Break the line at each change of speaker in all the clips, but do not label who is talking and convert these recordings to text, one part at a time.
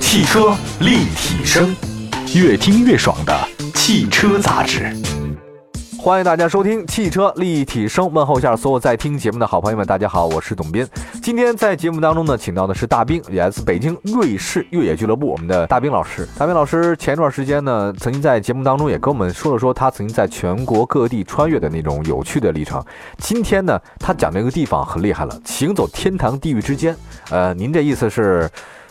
汽车立体声，越听越爽的汽车杂志。
欢迎大家收听汽车立体声，问候一下所有在听节目的好朋友们，大家好，我是董斌。今天在节目当中呢，请到的是大兵，来自北京瑞士越野俱乐部，我们的大兵老师。大兵老师前一段时间呢，曾经在节目当中也跟我们说了说他曾经在全国各地穿越的那种有趣的历程。今天呢，他讲这个地方很厉害了，行走天堂地狱之间。呃，您这意思是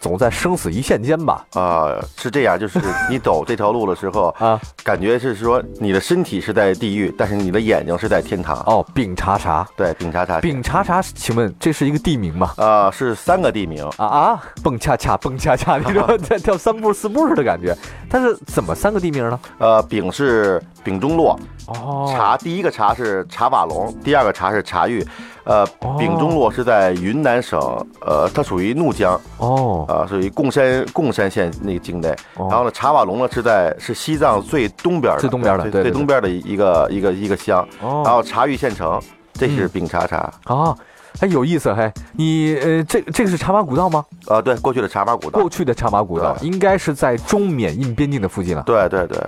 走在生死一线间吧？
啊、是这样，就是你走这条路的时候
啊，
感觉是说你的身体是在地狱，但是你的眼睛是在天堂。
哦，丙察察，
对，丙察察。
丙察察，请问这是一个地名吗？
啊、是三个地名。
啊啊，蹦恰恰蹦恰恰，你知 道在跳三步四步似的感觉。但是怎么三个地名呢？
呃，丙是丙中洛，
哦
察第一个察是察瓦龙，第二个察是察玉。呃，丙中洛是在云南省，呃，它属于怒江，
哦
啊、属于贡山贡山县那个境内。
哦
然后呢，察瓦龙呢是在是西藏最东边的，
最东边的
最
对对
最
对
东边的一个一个一个乡。然
哦嗯
后察玉县城，这是丙察察。
啊，还有意思嘿，你呃，这这个是茶马古道吗？
啊，对，过去的茶马古道
过。去的茶马古道
对
应该是在中缅印边境的附近了。
对对对，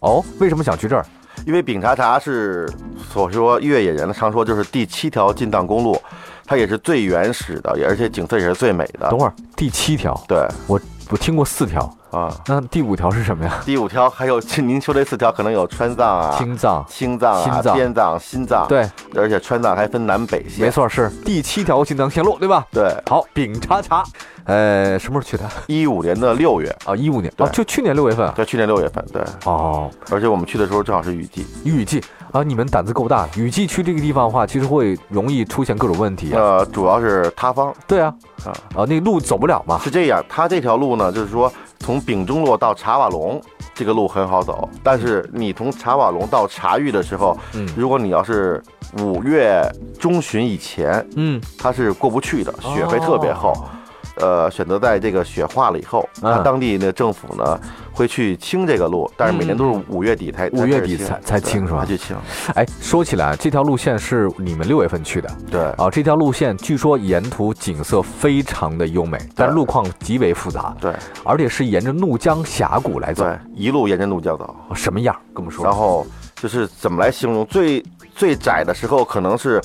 哦，为什么想去这儿？
因为丙察察是所说越野人的常说，就是第七条进藏公路，它也是最原始的，也而且景色也是最美的
等。会儿第七条，
对
我我听过四条，
啊，
那第五条是什么呀？
第五条还有 您说这四条可能有川藏啊、
青藏。
青藏啊、
新藏
滇藏、新藏，，
对，
而且川藏还分南北线。
没，错，是第七条新藏线路，对吧？
对，
好，丙察察，呃，什么时候去的？
一五年的六月，
啊，一五年，哦，
对
就去年六月份啊。
对，去年六月份，对，
哦，
而且我们去的时候正好是雨季，
雨季啊，你们胆子够大。雨季去这个地方的话，其实会容易出现各种问题啊。
呃，主要是塌方
对啊，
啊。
啊，那路走不了嘛。
是这样，它这条路呢，就是说从丙中洛到查瓦龙这个路很好走，但是你从查瓦龙到察玉的时候，
嗯
如果你要是五月中旬以前，
嗯，
它是过不去的，雪会特别厚。
哦
呃，选择在这个雪化了以后，
嗯
它当地的政府呢会去清这个路，但是每年都是五月底才
嗯五月底才才
对
清是吧
才去清，
哎，说起来，这条路线是你们六月份去的
对。
啊。这条路线据说沿途景色非常的优美，但路况极为复杂，
对
而且是沿着怒江峡谷来走。
对，一路沿着怒江走，
哦什么样？跟我们说。
然后就是怎么来形容？最最窄的时候可能是。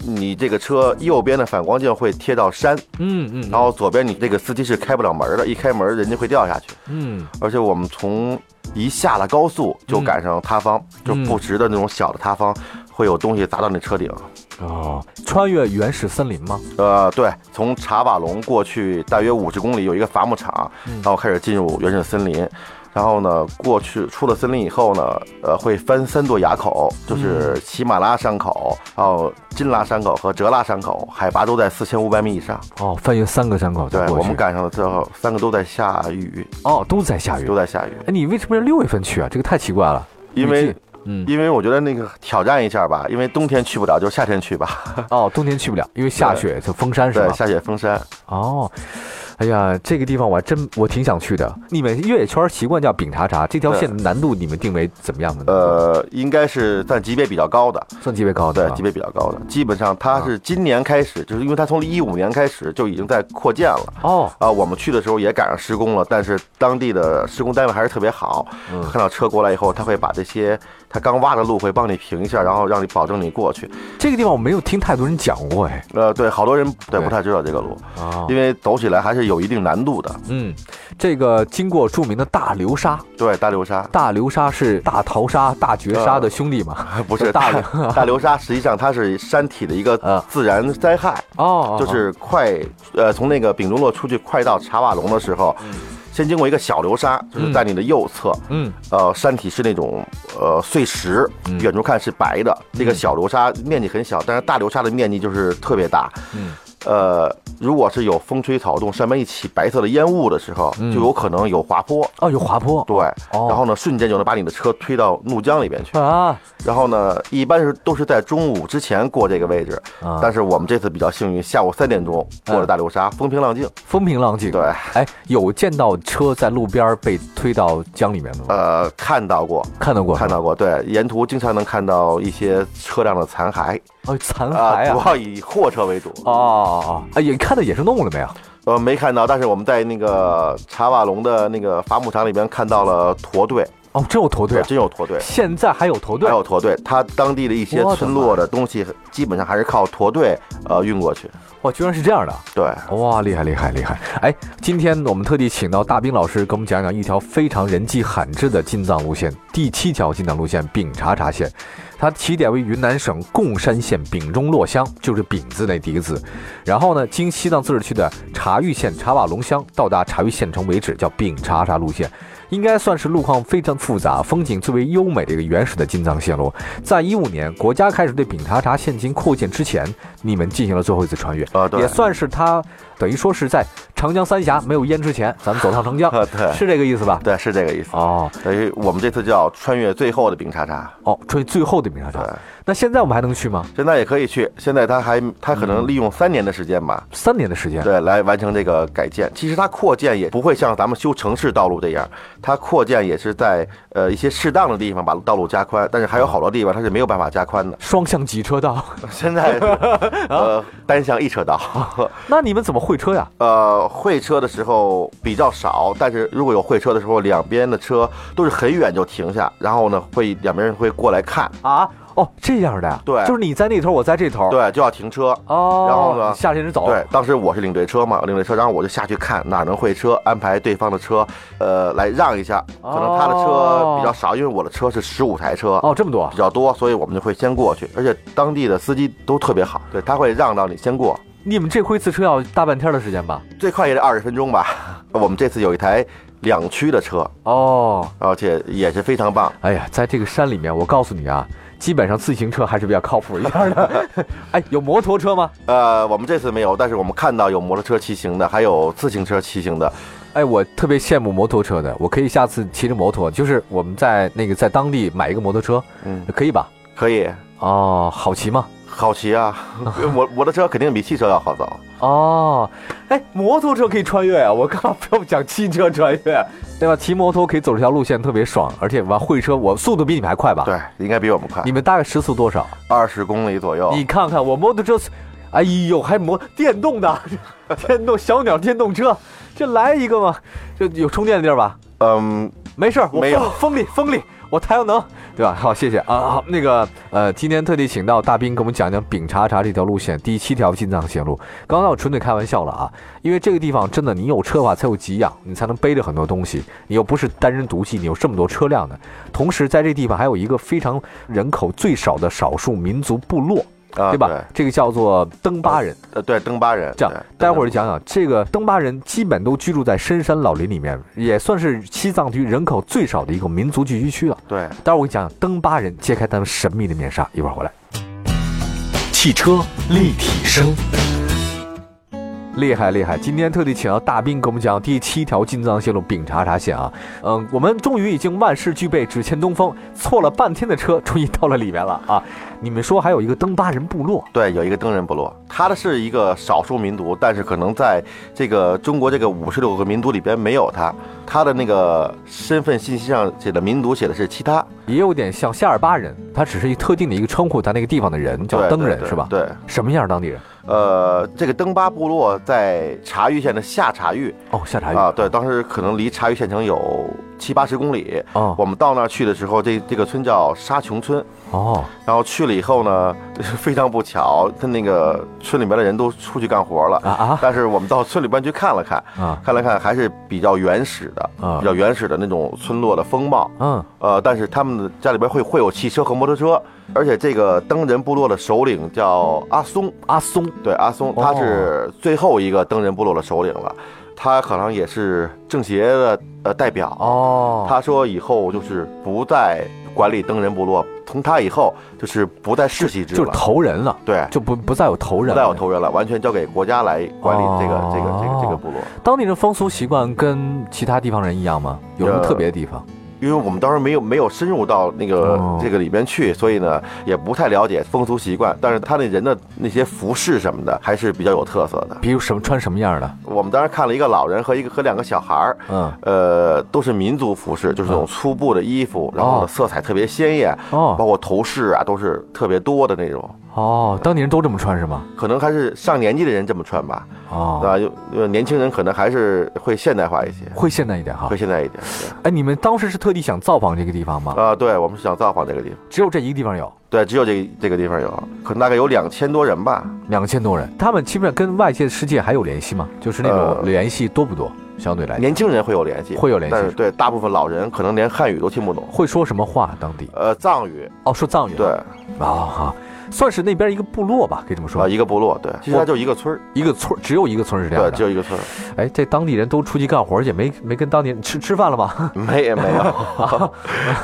你这个车右边的反光镜会贴到山，
嗯嗯
然后左边你这个司机是开不了门的，一开门人家会掉下去。
嗯，
而且我们从一下了高速就赶上塌方，就不直的那种小的塌方，会有东西砸到你车顶。
哦，穿越原始森林吗？
呃，对，从查瓦龙过去大约五十公里有一个伐木场，
嗯
然后开始进入原始森林。然后呢，过去出了森林以后呢，呃，会翻三座垭口，就是
嗯
喜马拉雅山口，然后金拉山口和哲拉山口，海拔都在四千五百米以上。
哦，翻越三个山口就
对
过去。
我们赶上了之后，三个都在下雨，
哦，都在下雨
都。在下雨，
哎，你为什么要六月份去啊？这个太奇怪了。
因
雨
为
季。嗯，
因为我觉得那个挑战一下吧，因为冬天去不了，就夏天去吧。
哦，冬天去不了，因为下雪就封山是
对，
吧？
下雪封山。
哦，哎呀，这个地方我还真我挺想去的。你们越野圈习惯叫丙察察，这条
对
线难度你们定为怎么样的呢？，
呃，应该是算级别比较高的，
算级别高的
对
吧，，
级别比较高的。基本上
啊
它是今年开始，就是因为它从一五年开始就已经在扩建了。
哦，
啊，我们去的时候也赶上施工了，但是当地的施工单位还是特别好。
嗯
看到车过来以后，他会把这些他刚挖的路会帮你平一下，然后让你保证你过去。
这个地方我没有听太多人讲过哎。
呃，对，好多人
对
对不太知道这个路，
哦
因为走起来还是有一定难度的。
嗯，这个经过著名的大流沙，
对，大流沙
大流沙是大逃沙、大绝
呃
沙的兄弟嘛？
不是
大流
流大流沙，实际上它是山体的一
啊
个自然灾害。
哦，
就是快呃从那个丙中洛出去快到查瓦龙的时候，先经过一个小流沙，就是在你的右侧，
嗯，
呃山体是那种呃碎石，远处看是白的，
嗯
这个小流沙面积很小，但是大流沙的面积就是特别大，
嗯。
呃，如果是有风吹草动，上面一起白色的烟雾的时候，就有可能有滑坡，
哦，有滑坡
对，
嗯哦
然后呢，瞬间就能把你的车推到怒江里边去。
啊，
然后呢，一般是都是在中午之前过这个位置，
啊
但是我们这次比较幸运，下午三点钟过了大流沙，风平浪静。
风平浪静。
对，
哎，有见到车在路边被推到江里面的吗？
呃，看到过，
看到过，
看。到过，对，沿途经常能看到一些车辆的残骸
哦，残
啊、
骸
主
啊！
要以货车为主。
哦哦哦哦！哎，也看到野生动物了没有？
呃，没看到，但是我们在那个查瓦龙的那个伐木场里边看到了驼队，
哦，真有驼队啊！
真有驼队，
现在还有驼队
还，有驼队，它当地的一些
我的
村落的东西基本上还是靠驼队呃运过去。
哇，哦居然是这样的，
对，
哇，厉害厉害厉害！哎，今天我们特地请到大兵老师给我们讲讲一条非常人迹罕至的进藏路线——第七条进藏路线丙察察线，它起点为云南省贡山县丙中洛乡，就是丙字那第一个字，然后呢，经西藏自治区的察隅县察瓦龙乡到达察隅县城为止，叫丙察察路线。应该算是路况非常复杂、风景最为优美的一个原始的进藏线路。在一五年，国家开始对丙察察县经扩建之前，你们进行了最后一次穿越。
呃，对
也，算是它等于说是在长江三峡没有淹之前，咱们走趟长江，
呃， 对，
是这个意思吧？
对，是这个意思。
哦
等于我们这次叫穿越最后的丙察察，
哦，吹最后的鸣沙
对
场。，那现在我们还能去吗？
现在也可以去。现在它还它可能利用三年的时间吧，
三年的时间，
对，来完成这个改建。其实它扩建也不会像咱们修城市道路这样，它扩建也是在呃一些适当的地方把道路加宽，但是还有好多地方它是没有办法加宽的。
双向几车道，
现在是呃单向一车道，
那你们怎么会车呀？
呃会车的时候比较少，但是如果有会车的时候，两边的车都是很远就停下，然后呢会两边人会过来看，
啊，哦，这样的呀，
对
就是你在那头，我在这头，，
对，就要停车。
哦，
然后呢
下线人走，
对，当时我是领队车嘛，领队车，然后我就下去看哪能会车，安排对方的车，呃，来让一下。可能他的车比较少，因为我的车是十五台车，
哦，这么多
比，较多，所以我们就会先过去。而且当地的司机都特别好，对他会让到你先过，
你们这回一次车要大半天的时间吧？
最快也得二十分钟吧。 我们这次有一台两驱的车，
哦，
而且也是非常棒。
哎呀，在这个山里面，我告诉你啊，基本上自行车还是比较靠谱一点的。 哎，有摩托车吗？
呃，我们这次没有，但是我们看到有摩托车骑行的，还有自行车骑行的。
哎，我特别羡慕摩托车的，我可以下次骑着摩托，就是我们在那个在当地买一个摩托车，
嗯，
可以吧？
可以，
哦，好骑吗？
好骑啊！ 我我的车肯定比汽车要好走。
哦，哎，摩托车可以穿越啊！我刚刚不要讲汽车穿越，对吧？骑摩托可以走这条路线，特别爽，而且完会车，我速度比你们还快吧？，
对，应该比我们快
你，们大概时速多少？
二十公里左右。
你看看我摩托车，哎呦，还摩电动的， 电动小鸟电动车，这来一个嘛？这有充电的地儿吧？
嗯，
没事儿，我
没有
风风力风力，我太阳能，对吧？好，谢谢啊。好，那个呃，今天特地请到大兵给我们讲讲丙察察这条路线，第七条进藏线路。刚才我纯粹开玩笑了啊，因为这个地方真的，你有车的话才有给养，你才能背着很多东西，你又不是单人独骑，你有这么多车辆的。同时，在这地方还有一个非常人口最少的少数民族部落，
啊
对吧？这个叫做登巴人。
呃，对，登巴人。
这样
对，
待会儿讲讲这个登巴人，基本都居住在深山老林里面，也算是西藏地区人口最少的一个民族聚居区了。
对，
待会儿我给你讲讲登巴人揭开他们神秘的面纱，一会儿回来。
汽车立体声，
厉害厉害！今天特地请到大兵给我们讲第七条进藏线路丙察察线啊，嗯，我们终于已经万事俱备，只欠东风。错了半天的车，终于到了里面了啊！你们说还有一个登巴人部落，
对，有一个登人部落，他的是一个少数民族，但是可能在这个中国这个五十六个民族里边没有他，他的那个身份信息上写的民族写的是其他，
也有点像夏尔巴人，他只是一特定的一个称呼，他那个地方的人叫
对
登
对
人
对
是吧？
对，
什么样的当地人？
呃，这个登巴部落在察隅县的下察隅
哦，下察隅
啊，对，当时可能离察隅县城有七八十公里，
哦
我们到那儿去的时候，这这个村叫沙琼村，
哦，
然后去了以后呢， 非常不巧，他那个村里面的人都出去干活了
啊啊
但是我们到村里边去看了看，
啊，
看了看还是比较原始的，
啊
比较原始的那种村落的风貌。
嗯，
呃，但是他们的家里边会会有汽车和摩托车，而且这个登人部落的首领叫阿松，
阿松
对阿松，
哦
他是最后一个登人部落的首领了，他可能也是政协的呃代表。
哦，
他说以后就是不再管理登人部落，从他以后就是不再世袭制
就是
了，
头人了，
对，
就不不再有头
不
人，
再有。头人了，完全交给国家来管理这个、
哦
这个这个这个部落。
当地人风俗习惯跟其他地方人一样吗？有什么
呃
特别的地方？
因为我们当时没有没有深入到那个、
哦
这个里边去，所以呢也不太了解风俗习惯，但是他那人的那些服饰什么的还是比较有特色的。
比如什么穿什么样的？
我们当时看了一个老人和一个和两个小孩儿，
嗯，
呃，都是民族服饰，就是那种粗布的衣服，然
哦
后呢色彩特别鲜艳，
哦
包括头饰啊都是特别多的那种。
哦，当地人都这么穿是吗？
可能还是上年纪的人这么穿吧，
哦
啊，有有年轻人可能还是会现代化一些，
会现代一点哈
会。现代一点。对
哎，你们当时是特地想造访这个地方吗？
啊、对，我们是想造访这个地方，
只有这一个地方有，
对，只有这这个地方有，可能大概有两千多人吧，
两千多人，他们基本上跟外界世界还有联系吗？就是那
呃
种联系多不多？相对来讲，
年轻人会有联系，
会有联系
但是对大部分老人可能连汉语都听不懂，
会说什么话？当地
呃，藏语，
哦，说藏语啊
对，啊、
哦好，算是那边一个部落吧，可以这么说，
呃一个部落，对，其实它就一个村儿，
一个村儿只有一个村儿是这样
对，只
的。
有一个村儿，
哎，这当地人都出去干活去，也没没跟当地人吃吃饭了吗？
没也没有，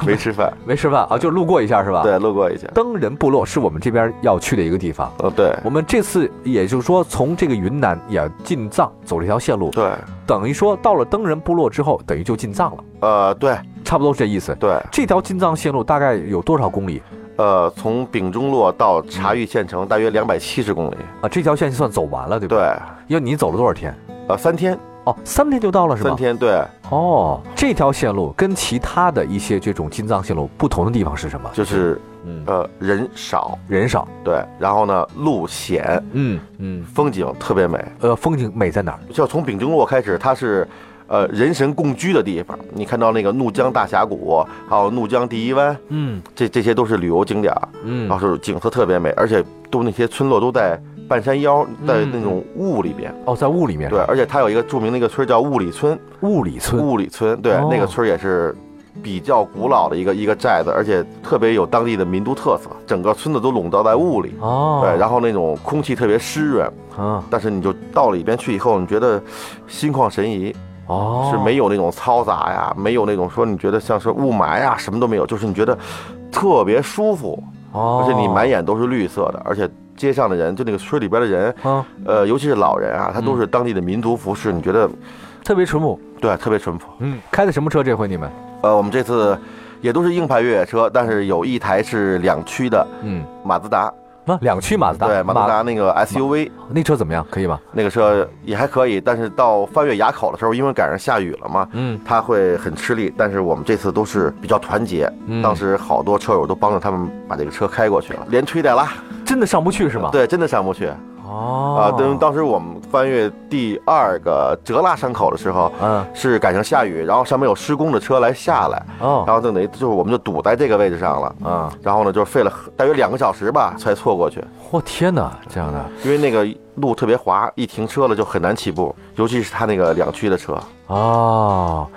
没吃饭，
没吃饭啊，就路过一下是吧？。
对，路过一下，
登人部落是我们这边要去的一个地方。
嗯，对，
我们这次也就是说，从这个云南也进藏走这条线路，
对，
等于说到了登人部落之后，等于就进藏了，
呃，对，
差不多是这意思。
对，
这条进藏线路大概有多少公里
呃，从丙中洛到察隅县城大约两百七十公里，
啊？这条线算走完了，对吧？
对，
对，因为你走了多少天？
呃，三天，
哦，三天就到了是吧？
三天，对，
哦，这条线路跟其他的一些这种进藏线路不同的地方是什么？
就是
嗯，
呃人少，
人少，
对，然后呢路险，
嗯嗯，
风景特别美，
呃，风景美在哪儿？
就从丙中洛开始，它是。呃，人神共居的地方，你看到那个怒江大峡谷，还有怒江第一湾，
嗯
这这些都是旅游景点儿，
嗯
然后是景色特别美，而且都那些村落都在半山腰，在
嗯
那种雾里边。
哦，在雾里面，
对，，而且它有一个著名的一个村儿叫雾里村，
雾里村，
雾里村，对，
哦
那个村儿也是比较古老的一个一个寨子，而且特别有当地的民族特色，整个村子都笼罩在雾里。
哦，
对，然后那种空气特别湿润，
啊，
但是你就到里边去以后，你觉得心旷神怡，
哦，
是没有那种嘈杂呀，没有那种说你觉得像是雾霾呀，什么都没有，就是你觉得特别舒服，
哦，
而且你满眼都是绿色的，而且街上的人，就那个村里边的人，
啊，
呃，尤其是老人啊，他
嗯
都是当地的民族服饰，你觉得
特别淳朴，
对，特别淳朴。
嗯，开的什么车？这回你们，
呃，我们这次也都是硬派越野车，但是有一台是两驱的
嗯，
马自达，
啊，两驱马自达，
对，马自达那个 SUV
那车怎么样？可以吗？
那个车也还可以，但是到翻越垭口的时候，因为赶上下雨了嘛。
嗯，
它会很吃力，但是我们这次都是比较团结，
嗯
当时好多车友都帮着他们把这个车开过去了，连推带拉，
真的上不去是吗？，
对，真的上不去。啊
哦，，
当当时我们翻越第二个哲拉山口的时候，
嗯，
是赶上下雨，然后上面有施工的车来下来，然
哦，
后就等于就是我们就堵在这个位置上了。
啊，
然后呢，就费了很大约两个小时吧，才错过去，
我天哪，这样的，
因为那个路特别滑，一停车了就很难起步，尤其是他那个两驱的车。
啊哦，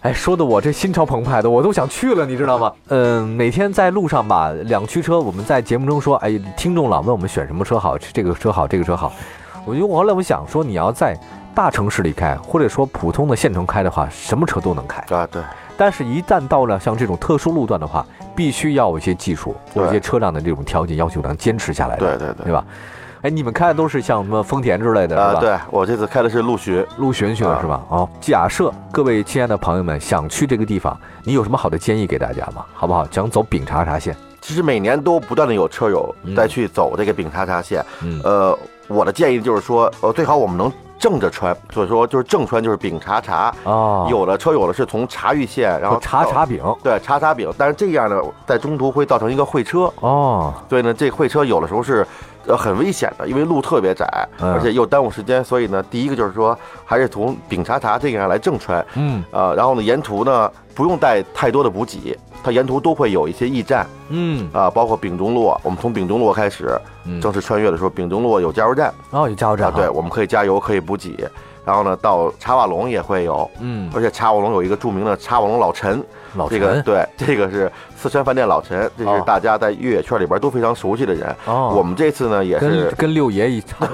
哎，说的我这心潮澎湃的，我都想去了，你知道吗？嗯，每天在路上吧，两驱车，我们在节目中说，哎，听众老问我们选什么车好，这个车好，这个车好。我就我后来我想说，你要在大城市里开，或者说普通的县城开的话，什么车都能开。
啊，对，
但是，一旦到了像这种特殊路段的话，必须要有一些技术，
对
有一些车辆的这种条件要求，能坚持下来的，
对对对
对。吧？哎，你们开的都是像什么丰田之类的，是
啊，
吧？
对我这次开的是陆巡，
陆巡去了
啊
是吧？哦，假设各位亲爱的朋友们想去这个地方，你有什么好的建议给大家吗？好不好？想走丙察察线，
其实每年都不断的有车友
嗯
再去走这个丙察察线。
嗯
呃，我的建议就是说，呃，最好我们能正着穿，所以说就是正穿就是丙察察。
哦，
有的车友的是从察隅县，然后
说查
到
查丙
对察察丙，但是这样呢，在中途会造成一个会车，
哦，
所以呢，这会车有的时候是呃很危险的，因为路特别窄，
嗯
而且又耽误时间。所以呢，第一个就是说，还是从丙察察这个样来正穿，
嗯
呃，然后呢，沿途呢不用带太多的补给，它沿途都会有一些驿站
嗯
啊、包括丙中洛，我们从丙中洛开始
嗯，
正式穿越的时候，丙中洛有加油站
哦，有加油
啊，
站哈
对，，我们可以加油，可以补给。然后呢，到茶瓦龙也会有，
嗯，
而且茶瓦龙有一个著名的茶瓦龙老陈，
老
这个
陈
对，这个是四川饭店老陈，这
哦
是大家在越野圈里边都非常熟悉的人。
哦，
我们这次呢也
跟啊
是，
跟六爷 一差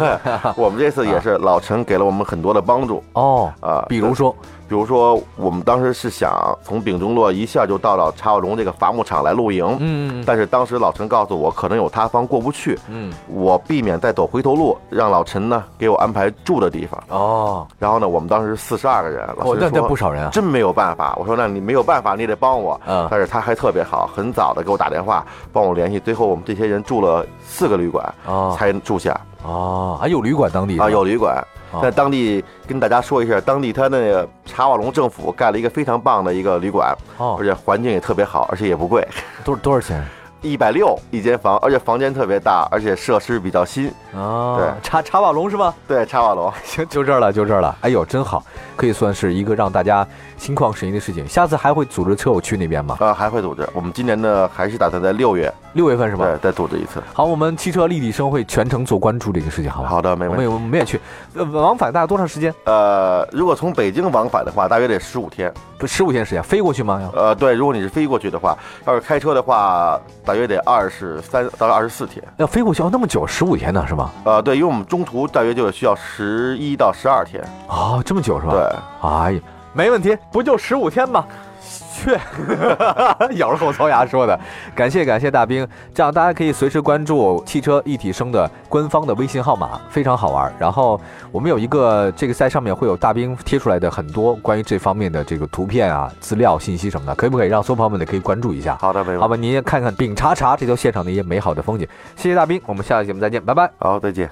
我们这次也是老陈给了我们很多的帮助
哦，
啊，
比如说
比如说我们当时是想从丙中洛一下就到了茶瓦龙这个伐木场来露营，
嗯嗯
但是当时老陈告诉我可能有塌方过不去，
嗯
我避免再走回头路，让老陈呢给我安排住的地方。
哦，
然后呢，我们当时四十二个人，老
哦，
师
那那
说
不少人啊，
真没有办法。我说那你没有办法，你得帮我。
嗯
但是他还特别好，很早的给我打电话，帮我联系。最后我们这些人住了四个旅馆，
哦
才住下
哦，还有旅馆当地
啊，
是吧
有旅馆
哦。
在当地跟大家说一下，当地他那个茶瓦龙政府盖了一个非常棒的一个旅馆，而
哦，
且环境也特别好，而且也不贵。
多多少钱？
一百六一间房，而且房间特别大，而且设施比较新。
啊，
对
茶茶瓦龙是吗？
对，茶瓦龙，
行，就这儿了，就这儿了。哎呦，真好，可以算是一个让大家心旷神怡的事情。下次还会组织车友去那边吗？
呃，还会组织。我们今年呢，还是打算在六月，
六月份是吧？
对，再组织一次。
好，我们汽车立体声会全程做关注这个事情，好吧？
好的，没
我
问
们也
题。
我们也去。呃，往返大概多长时间？
呃，如果从北京往返的话，大约得十五天。
不，十五天时间，飞过去吗？要
呃，对，如果你是飞过去的话，要是开车的话，大约得二十三到二十四天。
要飞过去哦，那么久，十五天呢，是吗？
呃，对，因为我们中途大约就需要十一到十二天。
哦，这么久是吧？
对，
哎呀，没问题，不就十五天吗？去， 咬着后槽牙啊说的。感谢感谢大兵，这样大家可以随时关注汽车一体声的官方的微信号码，非常好玩。然后我们有一个这个在上面会有大兵贴出来的很多关于这方面的这个图片啊、资料、信息什么的，可不可以让所有朋友们也可以关注一下？
好的，没
好
问题。
吧，您也看看饼茶茶这条现场的一些美好的风景。谢谢大兵，我们下期节目再见，拜拜。
好，再见。